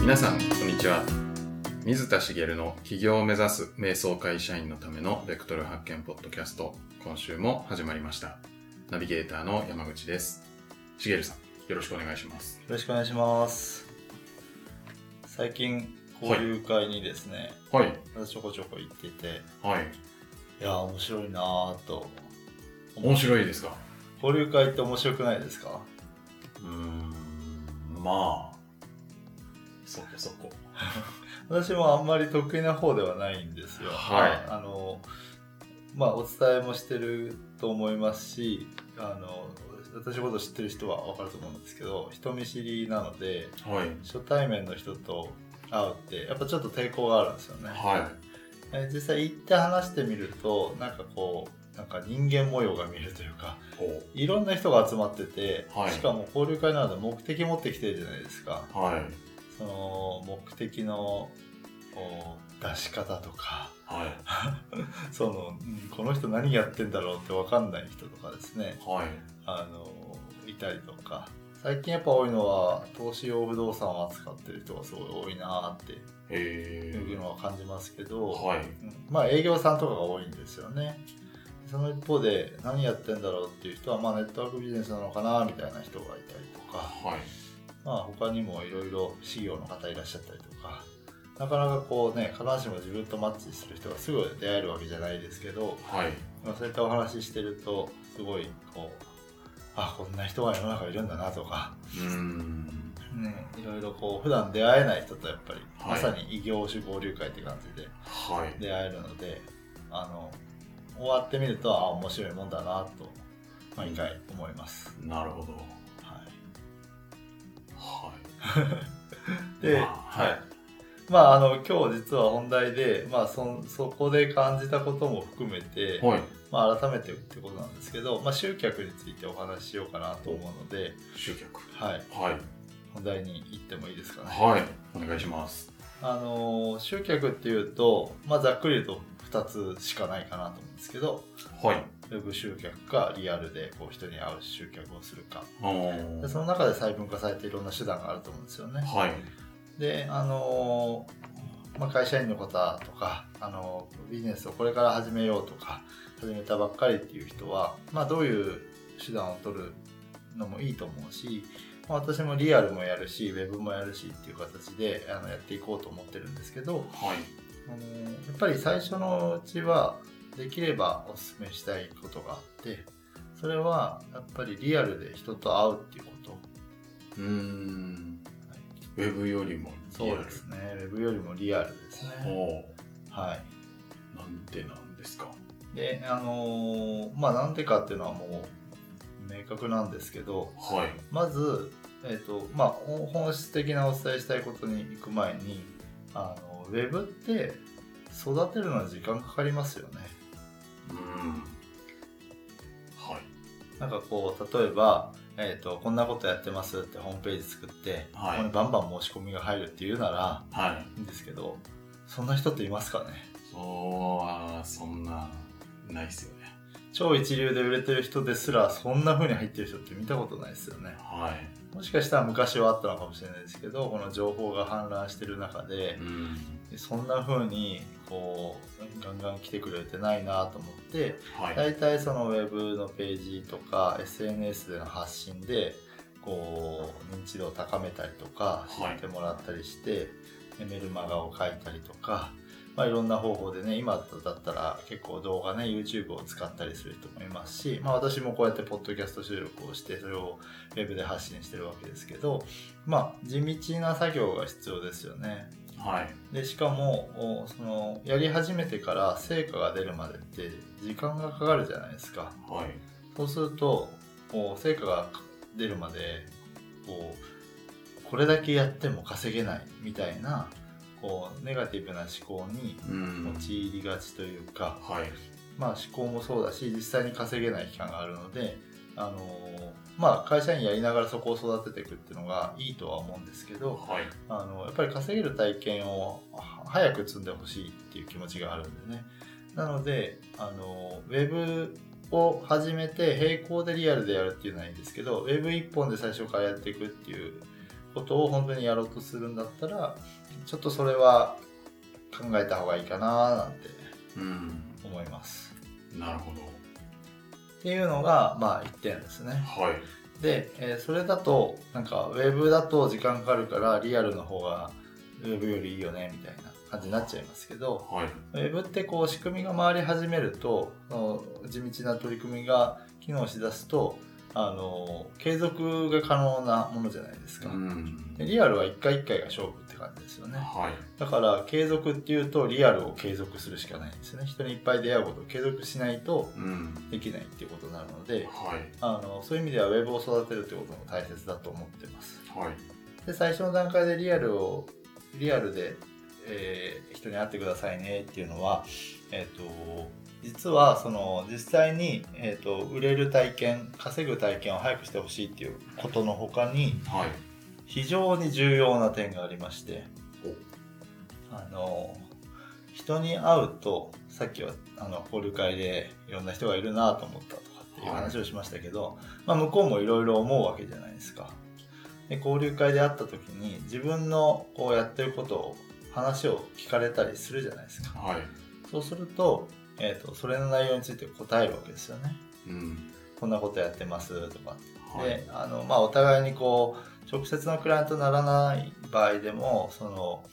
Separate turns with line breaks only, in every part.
皆さんこんにちは水田茂の起業を目指す瞑想会社員のためのベクトル発見ポッドキャスト今週も始まりましたナビゲーターの山口です茂さんよろしくお願いします
よろしくお願いします。最近、交流会にですね、
はい
ちょこちょこ行ってて、
はい
いやー、面白いなーと。
面
い。
白いですか
交流会って面白くないですか
うーんまあそこそこ
私もあんまり得意な方ではないんですよ。
はい
あの、まあ、お伝えもしてると思いますし、あの、私のこと知ってる人はわかると思うんですけど、人見知りなので、
はい
初対面の人と会うって、やっぱちょっと抵抗があるんですよね。
は
えー実際行って話してみるとなんかこうなんか人間模様が見えるというか
いほ
いろんな人が集まってて、
はい
しかも交流会なので目的持ってきてるじゃないですか
うはい
その目的のこう出し方とか
はい
その、うんこの人何やってんだろうって分かんない人とかですね
はい
あのいたりとか最近やっぱ多いのは投資用不動産を扱ってる人がすごい多いなーっ
え
ていうのは感じますけど、
ー、はい
うんまあ営業さんとかが多いんですよねその一方で何やってんだろうっていう人はまあネットワークビジネスなのかなみたいな人がいたりとか
はい
まあ他にもいろいろ事業の方いらっしゃったりとかなかなかこうね必ずしも自分とマッチする人がすぐ出会えるわけじゃないですけど、
はい
まあ、そういったお話ししてるとすごいこうあこんな人が世の中いるんだなとか、
うーん
ね、いろいろこう普段出会えない人とやっぱり、
はい
まさに異業種交流会って感じで
はい
出会えるのであの終わってみるとあ面白いもんだなと毎回思います、
なるほど。
は、
はい
で、
まあはい
まああの今日実は本題で、まあ、そんそこで感じたことも含めて、
い。はい。
まあ、改めてってことなんですけど、まあ、集客についてお話ししようかなと思うので、
集客。
はい、
はい。
本題に行ってもいいですかね。
はい。お願いします。
あの集客っていうと、まあ、ざっくり言うと2つしかないかなと思うんですけど
はい。
ウェブ集客かリアルでこう人に会う集客をするか
あー
でその中で細分化されていろんな手段があると思うんですよね。
はい。
で、あのーまあ、会社員の方とか、あのービジネスをこれから始めようとか始めたばっかりっていう人は、まあ、どういう手段を取るのもいいと思うし、まあ、私もリアルもやるしウェブもやるしっていう形であのやっていこうと思ってるんですけど、
はい。
あのーやっぱり最初のうちはできればお勧めしたいことがあってそれはやっぱりリアルで人と会うっていうこと
うーん。ウェブよりもリア
そう
ル
で。すね。ウェブよりもリアルですね。
お
は
ーなんでなんですか。
い。で、あのーまあなんでかっていうのはもう明確なんですけど、
はい。
まず、えっ、と、まあほ本質的なお伝えしたいことに行く前に、あの、ウェブって育てるのに時間かかりますよね。
うーん。はい。
なんかこう、例えば、えー、とこんなことやってますってホームページ作って、
はい
ここにバンバン申し込みが入るっていうなら
はい。
いいんですけどそんな人っていますかね
そうは、そんな、ないっすよね。
超一流で売れてる人ですらそんな風に入ってる人って見たことないですよね
はい。
もしかしたら昔はあったのかもしれないですけどこの情報が氾濫してる中で
うーん。
そんな風にこうガンガン来てくれてないなと思って
はい。
大体そのウェブのページとか SNS での発信でこう認知度を高めたりとか知
はい
ってもらったりして、でメルマガを書いたりとか、まあ、いろんな方法でね今だったら結構動画ね YouTube を使ったりする人もいますし、まあ、私もこうやってポッドキャスト収録をしてそれをウェブで発信してるわけですけどまあ地道な作業が必要ですよね。
はい。
でしかもおそのやり始めてから成果が出るまでって時間がかかるじゃないですか
はい。
そうするとお成果が出るまでこうこれだけやっても稼げないみたいなこうネガティブな思考に
うーん。
陥りがちというか、
はい。
まあ、思考もそうだし実際に稼げない期間があるので、あのーまあ、会社員やりながらそこを育てていくっていうのがいいとは思うんですけど、
はい。
あのやっぱり稼げる体験をは早く積んでほしいっていう気持ちがあるんでねなのであのウェブを始めて並行でリアルでやるっていうのはいいんですけどウェブ一本で最初からやっていくっていうことを本当にやろうとするんだったらちょっとそれは考えた方がいいかななんて
うん。
思います。
なるほど。
っていうのがまあ1点ですね。
はい。
で、えーそれだとなんかウェブだと時間かかるからリアルの方がウェブよりいいよねみたいな感じになっちゃいますけど
はい。
ウェブってこう仕組みが回り始めるとその地道な取り組みが機能しだすとあの継続が可能なものじゃないですか。
うん。
でリアルは一回一回が勝負って感じですよね。
はい。
だから継続っていうとリアルを継続するしかないんですね。人にいっぱい出会うことを継続しないと
うん。
できないっていうことになるので、
はい。
あのそういう意味ではウェブを育てるってことも大切だと思ってます。
はい。
で最初の段階でリアルをリアルで、えー人に会ってくださいねっていうのは、えー、と実はその実際に、えー、と売れる体験稼ぐ体験を早くしてほしいっていうことの他に
はい。
非常に重要な点がありまして
お
あの人に会うとさっきはあの交流会でいろんな人がいるなと思ったとかっていう話をしましたけど、まあ、向こうもいろいろ思うわけじゃないですか。で交流会で会った時に自分のこうやってることを話を聞かれたりするじゃないですか。
はい。
そうすると,、えー、とそれの内容について答えるわけですよね。
うん。
こんなことやってますとか
はい。
であのまあ、お互いにこう直接のクライアントにならない場合でもその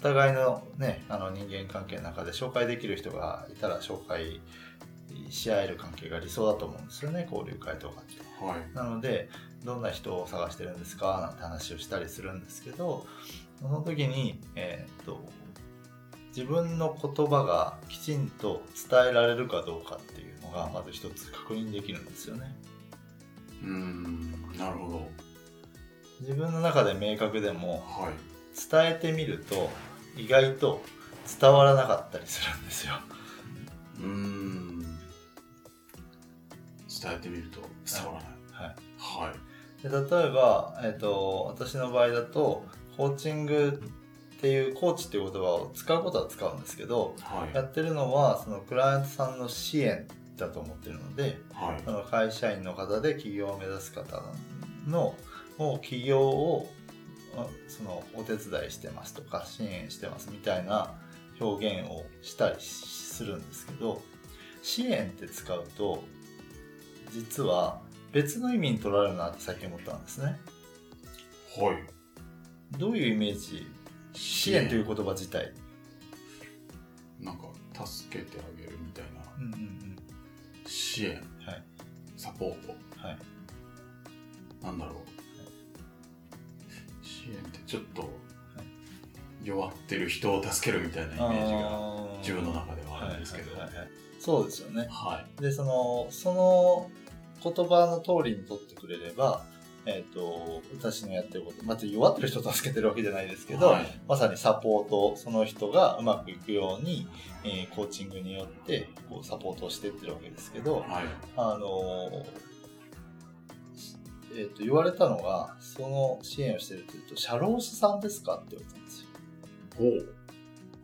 お互いの,、ね、あの人間関係の中で紹介できる人がいたら紹介し合える関係が理想だと思うんですよね交流会とかって。
はい。
なのでどんな人を探してるんですかなんて話をしたりするんですけどその時に、えーっと自分の言葉がきちんと伝えられるかどうかっていうのがまず一つ確認できるんですよね。
うん。なるほど。
自分の中で明確でも
はい。
伝えてみると意外と伝わらなかったりするんですよ。
うん。伝えてみると伝わらない。
は
はい。
い、で例えば、えー、と私の場合だとコーチングっていうコーチっていう言葉を使うことは使うんですけど
はい。
やってるのはそのクライアントさんの支援だと思ってるので
はい。
その会社員の方で起業を目指す方のもう起業をあそのお手伝いしてますとか支援してますみたいな表現をしたりしするんですけど支援って使うと実は別の意味に取られるなって最近思ったんですね。
はい。
どういうイメージ支援という言葉自体、
なんか助けてあげるみたいな
うんうん
支援
うん、はい
サポート
はい
なんだろう支援ってちょっと弱ってる人を助けるみたいなイメージが
あー
自分の中ではあるんですけど
はい
は
はいはいはいそうですよね
い
でそのその言葉の通りに取ってくれれば、えー、と私のやってることまあ弱ってる人を助けてるわけじゃないですけど、
はい
まさにサポートその人がうまくいくように、えーコーチングによってこうサポートをしてってるわけですけど、
はい
あのーえー、と言われたのがその支援をしてるというと社労士さんですかって言われたんですよ。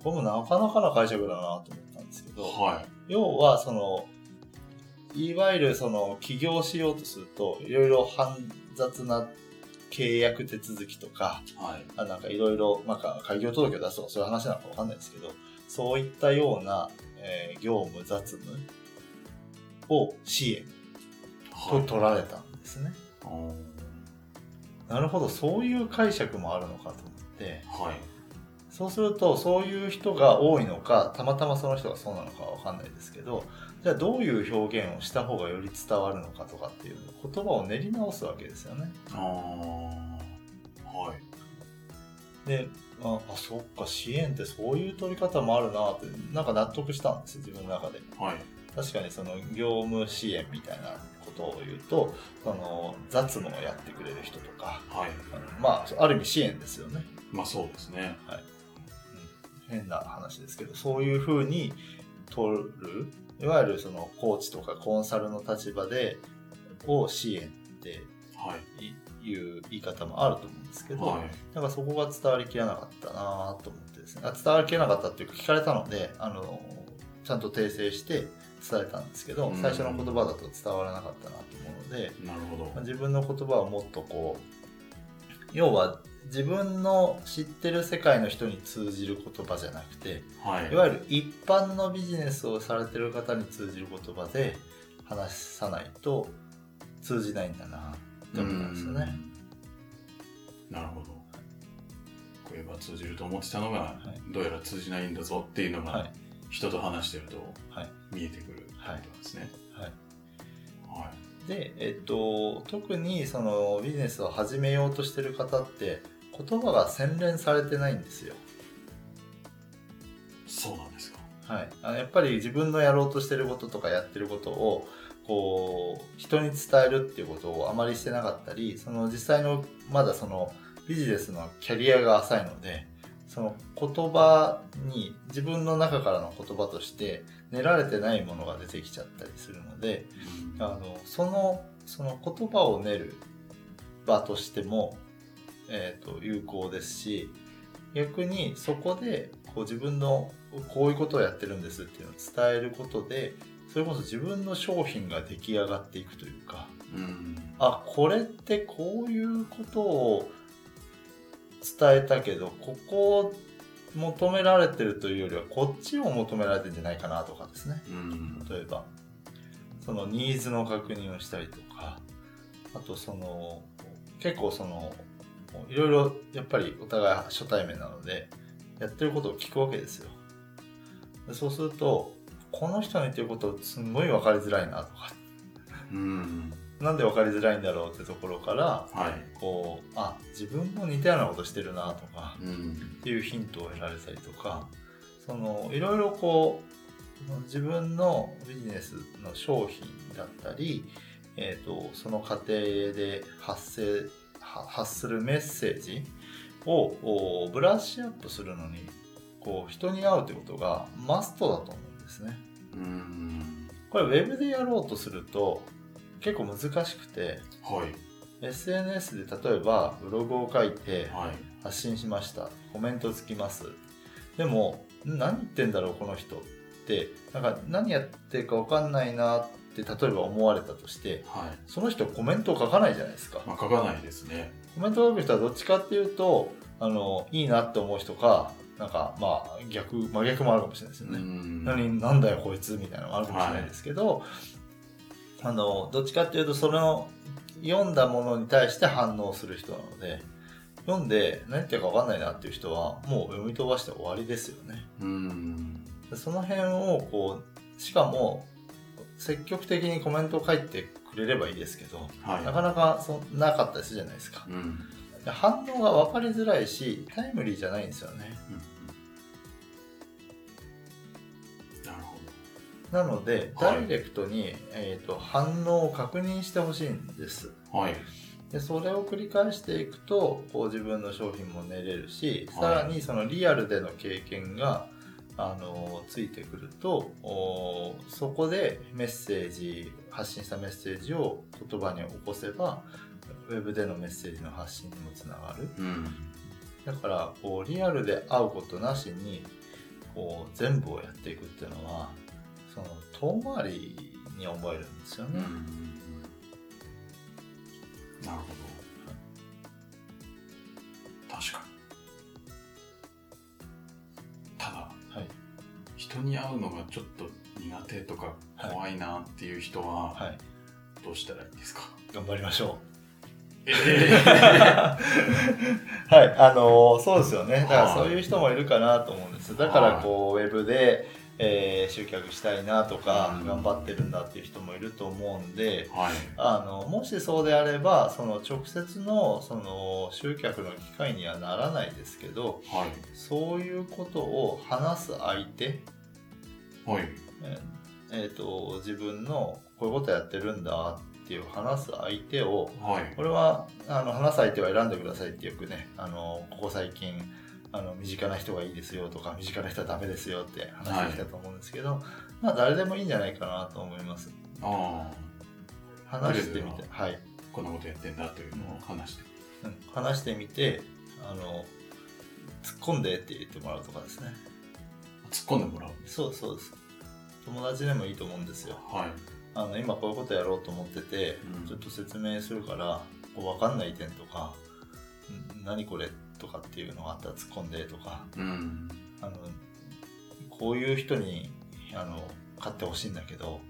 お
これもなかなかな解釈だなと思ったんですけど。
はい
要はそのいわゆるその起業しようとするといろいろ煩雑な契約手続きとか
はい
あなんかいろいろなんか開業届を出すとかそういう話なのかわかんないですけどそういったような、えー業務雑務を支援と
はい
取られたんですね。
あー
なるほどそういう解釈もあるのかと思って
はい
そうするとそういう人が多いのかたまたまその人がそうなのかは分かんないですけどじゃあどういう表現をした方がより伝わるのかとかっていう言葉を練り直すわけですよね。
あーはい
でああそっか支援ってそういう取り方もあるなってなんか納得したんですよ自分の中で。
はい
確かにその業務支援みたいなことを言うとその雑務をやってくれる人とか
はい
あのまあある意味支援ですよね。
まあそうですね
変な話ですけどそういうふうに取るいわゆるそのコーチとかコンサルの立場でを支援って
はい
いう言い方もあると思うんですけど、
はい
なんかそこが伝わりきらなかったなと思ってですねあ伝わりきらなかったっていうか聞かれたのであのちゃんと訂正して伝えたんですけど
うん
最初の言葉だと伝わらなかったなと思うので、
なるほど
まあ自分の言葉をもっとこう要は自分の知ってる世界の人に通じる言葉じゃなくて
はい
いわゆる一般のビジネスをされてる方に通じる言葉で話さないと通じないんだなって思ったんですよね。
うんなるほどこう言えば通じると思ってたのが、
は
どうやら通じないんだぞっていうのが、
はい
人と話してると
はい
見えてくるってことなんですね
はい
はい
で、えっと、特にそのビジネスを始めようとしてる方って言葉が洗練されてないんですよ。
そうなんですか
はい、あのやっぱり自分のやろうとしてることとかやってることをこう人に伝えるっていうことをあまりしてなかったりその実際のまだそのビジネスのキャリアが浅いのでその言葉に自分の中からの言葉として練られてないものが出てきちゃったりするのであのそのその言葉を練る場としても、えー、と有効ですし逆にそこでこう自分のこういうことをやってるんですっていうのを伝えることでそれこそ自分の商品が出来上がっていくというか
うん
あこれってこういうことを伝えたけどここを求められてるというよりはこっちを求められてるんじゃないかなとかですね。
うん
例えばそのニーズの確認をしたりとかあとその結構そのいろいろやっぱりお互い初対面なのでやってることを聞くわけですよでそうするとこの人の言ってることすんごい分かりづらいなとか
うん
なんで分かりづらいんだろうってところから
はい
こうあ自分も似たようなことしてるなとか
うん
っていうヒントを得られたりとかそのいろいろこう自分のビジネスの商品だったり、えー、とその過程で発生は発するメッセージをおブラッシュアップするのにこう人に会うということがマストだと思うんですね。
うん
これウェブでやろうとすると結構難しくて
はい
SNS で例えばブログを書いて
はい
発信しましたコメントつきますでもん何言ってんだろうこの人ってなんか何やってるか分かんないなって例えば思われたとして
はい
その人コメントを書かないじゃないですか
まあ書かないですね
コメントを書く人はどっちかっていうとあのいいなって思う人かなんかまあ逆真逆もあるかもしれないですよね、
ん
何なんだよこいつみたいなのもあるかもしれないですけど、あのどっちかっていうとその読んだものに対して反応する人なので読んで何言ってるか分かんないなっていう人はもう読み飛ばして終わりですよね。
うん
その辺をこうしかも積極的にコメントを書いてくれればいいですけど
はい
なかなかそんなかったりするじゃないですか
うんうん
で反応が分かりづらいしタイムリーじゃないんですよね
うんなるほ
なので、
はい
ダイレクトに、えー、と反応を確認してほしいんです
どはい
でそれを繰り返していくとこう自分の商品も練れるし
はい
さらにそのリアルでの経験が、あのついてくるとおーそこでメッセージ発信したメッセージを言葉に起こせばウェブでのメッセージの発信にもつながる
うん
だからこうリアルで会うことなしにこう全部をやっていくっていうのはその遠回りに思えるんですよ
うん
ね。
なるほど確かにただ
はい
人に会うのがちょっと苦手とか
はい
怖いなっていう人は
はい、
どうしたらいいですか、
頑張りましょ
え
う。
え
はい、あのーそうですよね。だから
はい
そういう人もいるかなと思うんです。だから
はい
こうウェブで、えー集客したいなとか
うん
頑張ってるんだっていう人もいると思うんで、
はい
あのもしそうであればその直接のその集客の機会にはならないですけど
はい
そういうことを話す相手、
はい
えーえーと自分のこういうことやってるんだっていう話す相手を
はい
これはあの話す相手は選んでくださいってよくねあのここ最近あの身近な人がいいですよとか身近な人はダメですよって話してきたと思うんですけど、まあ誰でもいいんじゃないかなと思います
ああ
話してみ
と
て
りあえず
はい、
こんなことやってんだというのを話して
うん話してみてあの突っ込んでって言ってもらうとかですね
突っ込んでもらう
そうそうです友達でもいいと思うんですよ
はい
あの今こういうことやろうと思ってて、
うん
ちょっと説明するからこう分かんない点とか「ん何これ?」とかっていうのがあったら突っ込んでとか
うん。
あのこういう人にあの買ってほしいんだけど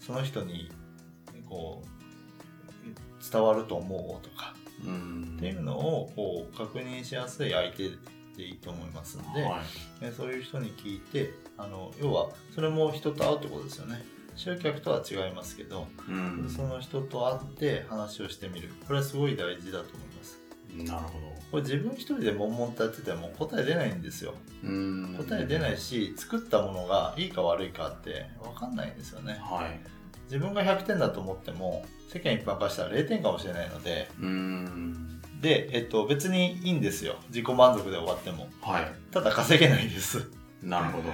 その人にこう伝わると思うとか
う
ってい
ん。
うのをこう確認しやすい相手でいいと思いますんで、
はい。
えそういう人に聞いてあの要はそれも人と会うってことですよね集客とは違いますけど、
うん。
その人と会って話をしてみるこれはすごい大事だと思います
なるほど。
これ自分一人で悶々とやってても答え出ないんですよ
うん。
答え出ないし作ったものがいいか悪いかって分かんないんですよね
はい。
自分が100点だと思っても世間一般化したら0点かもしれないので
うん。
で、えっと、別にいいんですよ自己満足で終わっても
はい。
ただ稼げないです
なるほど。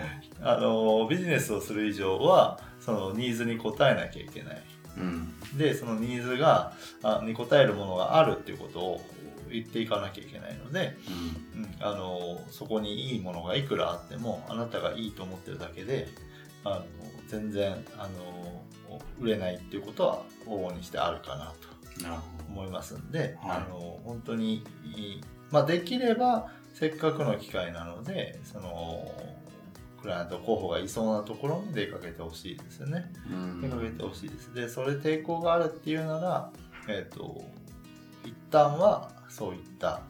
あのビジネスをする以上はそのニーズに応えなきゃいけない
うん。
でそのニーズがあに応えるものがあるっていうことを言っていかなきゃいけないので、
うん。
うん、あのそこにいいものがいくらあってもあなたがいいと思ってるだけであの全然あの売れないっていうことは往々にしてあるかなと
なるほ
思いますんで、
はい
あの本当にいい、まあ、できればせっかくの機会なのでそのクライアント候補がいそうなところに出かけてほしいですよね
ど。うん。
出かけてほしいですでそれ抵抗があるっていうならえっ、と一旦はそういった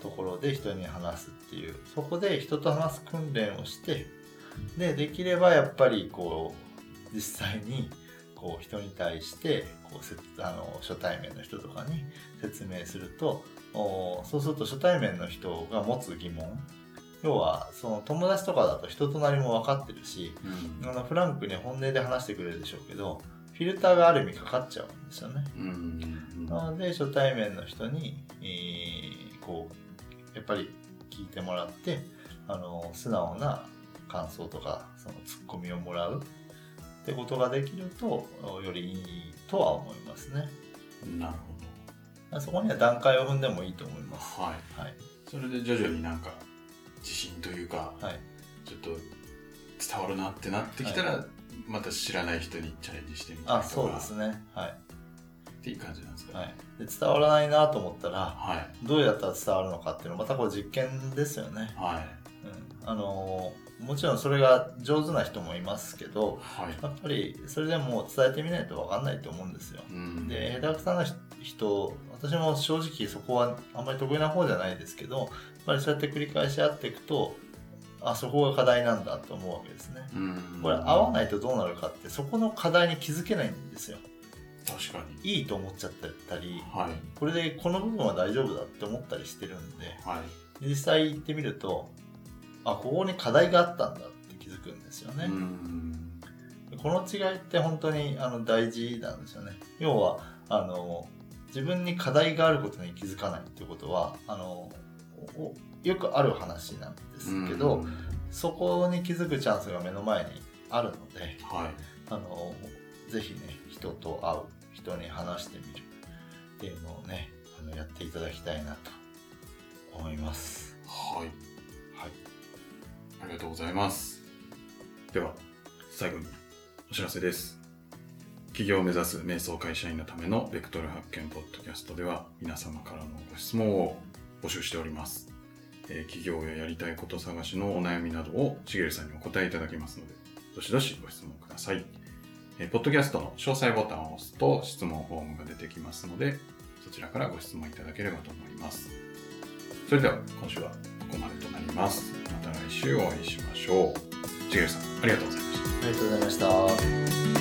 ところで人に話すっていうそこで人と話す訓練をしてでできればやっぱりこう実際にこう人に対してこうせあの初対面の人とかに説明するとおーそうすると初対面の人が持つ疑問要はその友達とかだと人となりも分かってるし
うん。
あのフランクに本音で話してくれるでしょうけどフィルターがある意味かかっちゃうんですよね。
うん。
なので初対面の人に、えーこうやっぱり聞いてもらってあの素直な感想とかそのツッコミをもらうってことができるとよりいいとは思いますね。
なる
そこには段階を踏んでもいいと思い
ほ
ます。
ど。はい。
はい、
それで徐々になんか自信というか、
はい
ちょっと伝わるなってなってきたら、また知らない人にチャレンジしてみた
あ
りと
そう
か
ですね、は
っていう感じなんです
い
か
は
ね。
い、で伝わらないなと思ったら
はい。
どうやったら伝わるのかっていうのまたこれ実験ですよね。
はい。
うんあのーもちろんそれが上手な人もいますけど
はい。
やっぱりそれでも伝えてみないと分かんないと思うんですよ
うん
で下手くそな人私も正直そこはあんまり得意な方じゃないですけどやっぱりそうやって繰り返し合っていくとあそこが課題なんだと思うわけですね
うん
これ合わないとどうなるかってそこの課題に気づけないんですよ
確かに。
いいと思っちゃったり
はい。
これでこの部分は大丈夫だって思ったりしてるんで
はい。
実際行ってみるとあここに課題があったんだって気づくんですよね、
うん
この違いって本当にあの大事なんですよね要はあの自分に課題があることに気づかないっていうことはあのおおよくある話なんですけど、
うん
そこに気づくチャンスが目の前にあるので
はい。
あのぜひね人と会う人に話してみるっていうのをねあのやっていただきたいなと思います。
はい。
はい
ありがとうございます。では、最後にお知らせです。企業を目指す瞑想会社員のためのベクトル発見ポッドキャストでは皆様からのご質問を募集しております。えー企業ややりたいこと探しのお悩みなどをしげるさんにお答えいただきますので、どしどしご質問ください。えーポッドキャストの詳細ボタンを押すと質問フォームが出てきますので、そちらからご質問いただければと思います。それでは今週はここまでとなります。また来週お会いしましょう。ちげるさん、ありがとうございました。
ありがとうございました。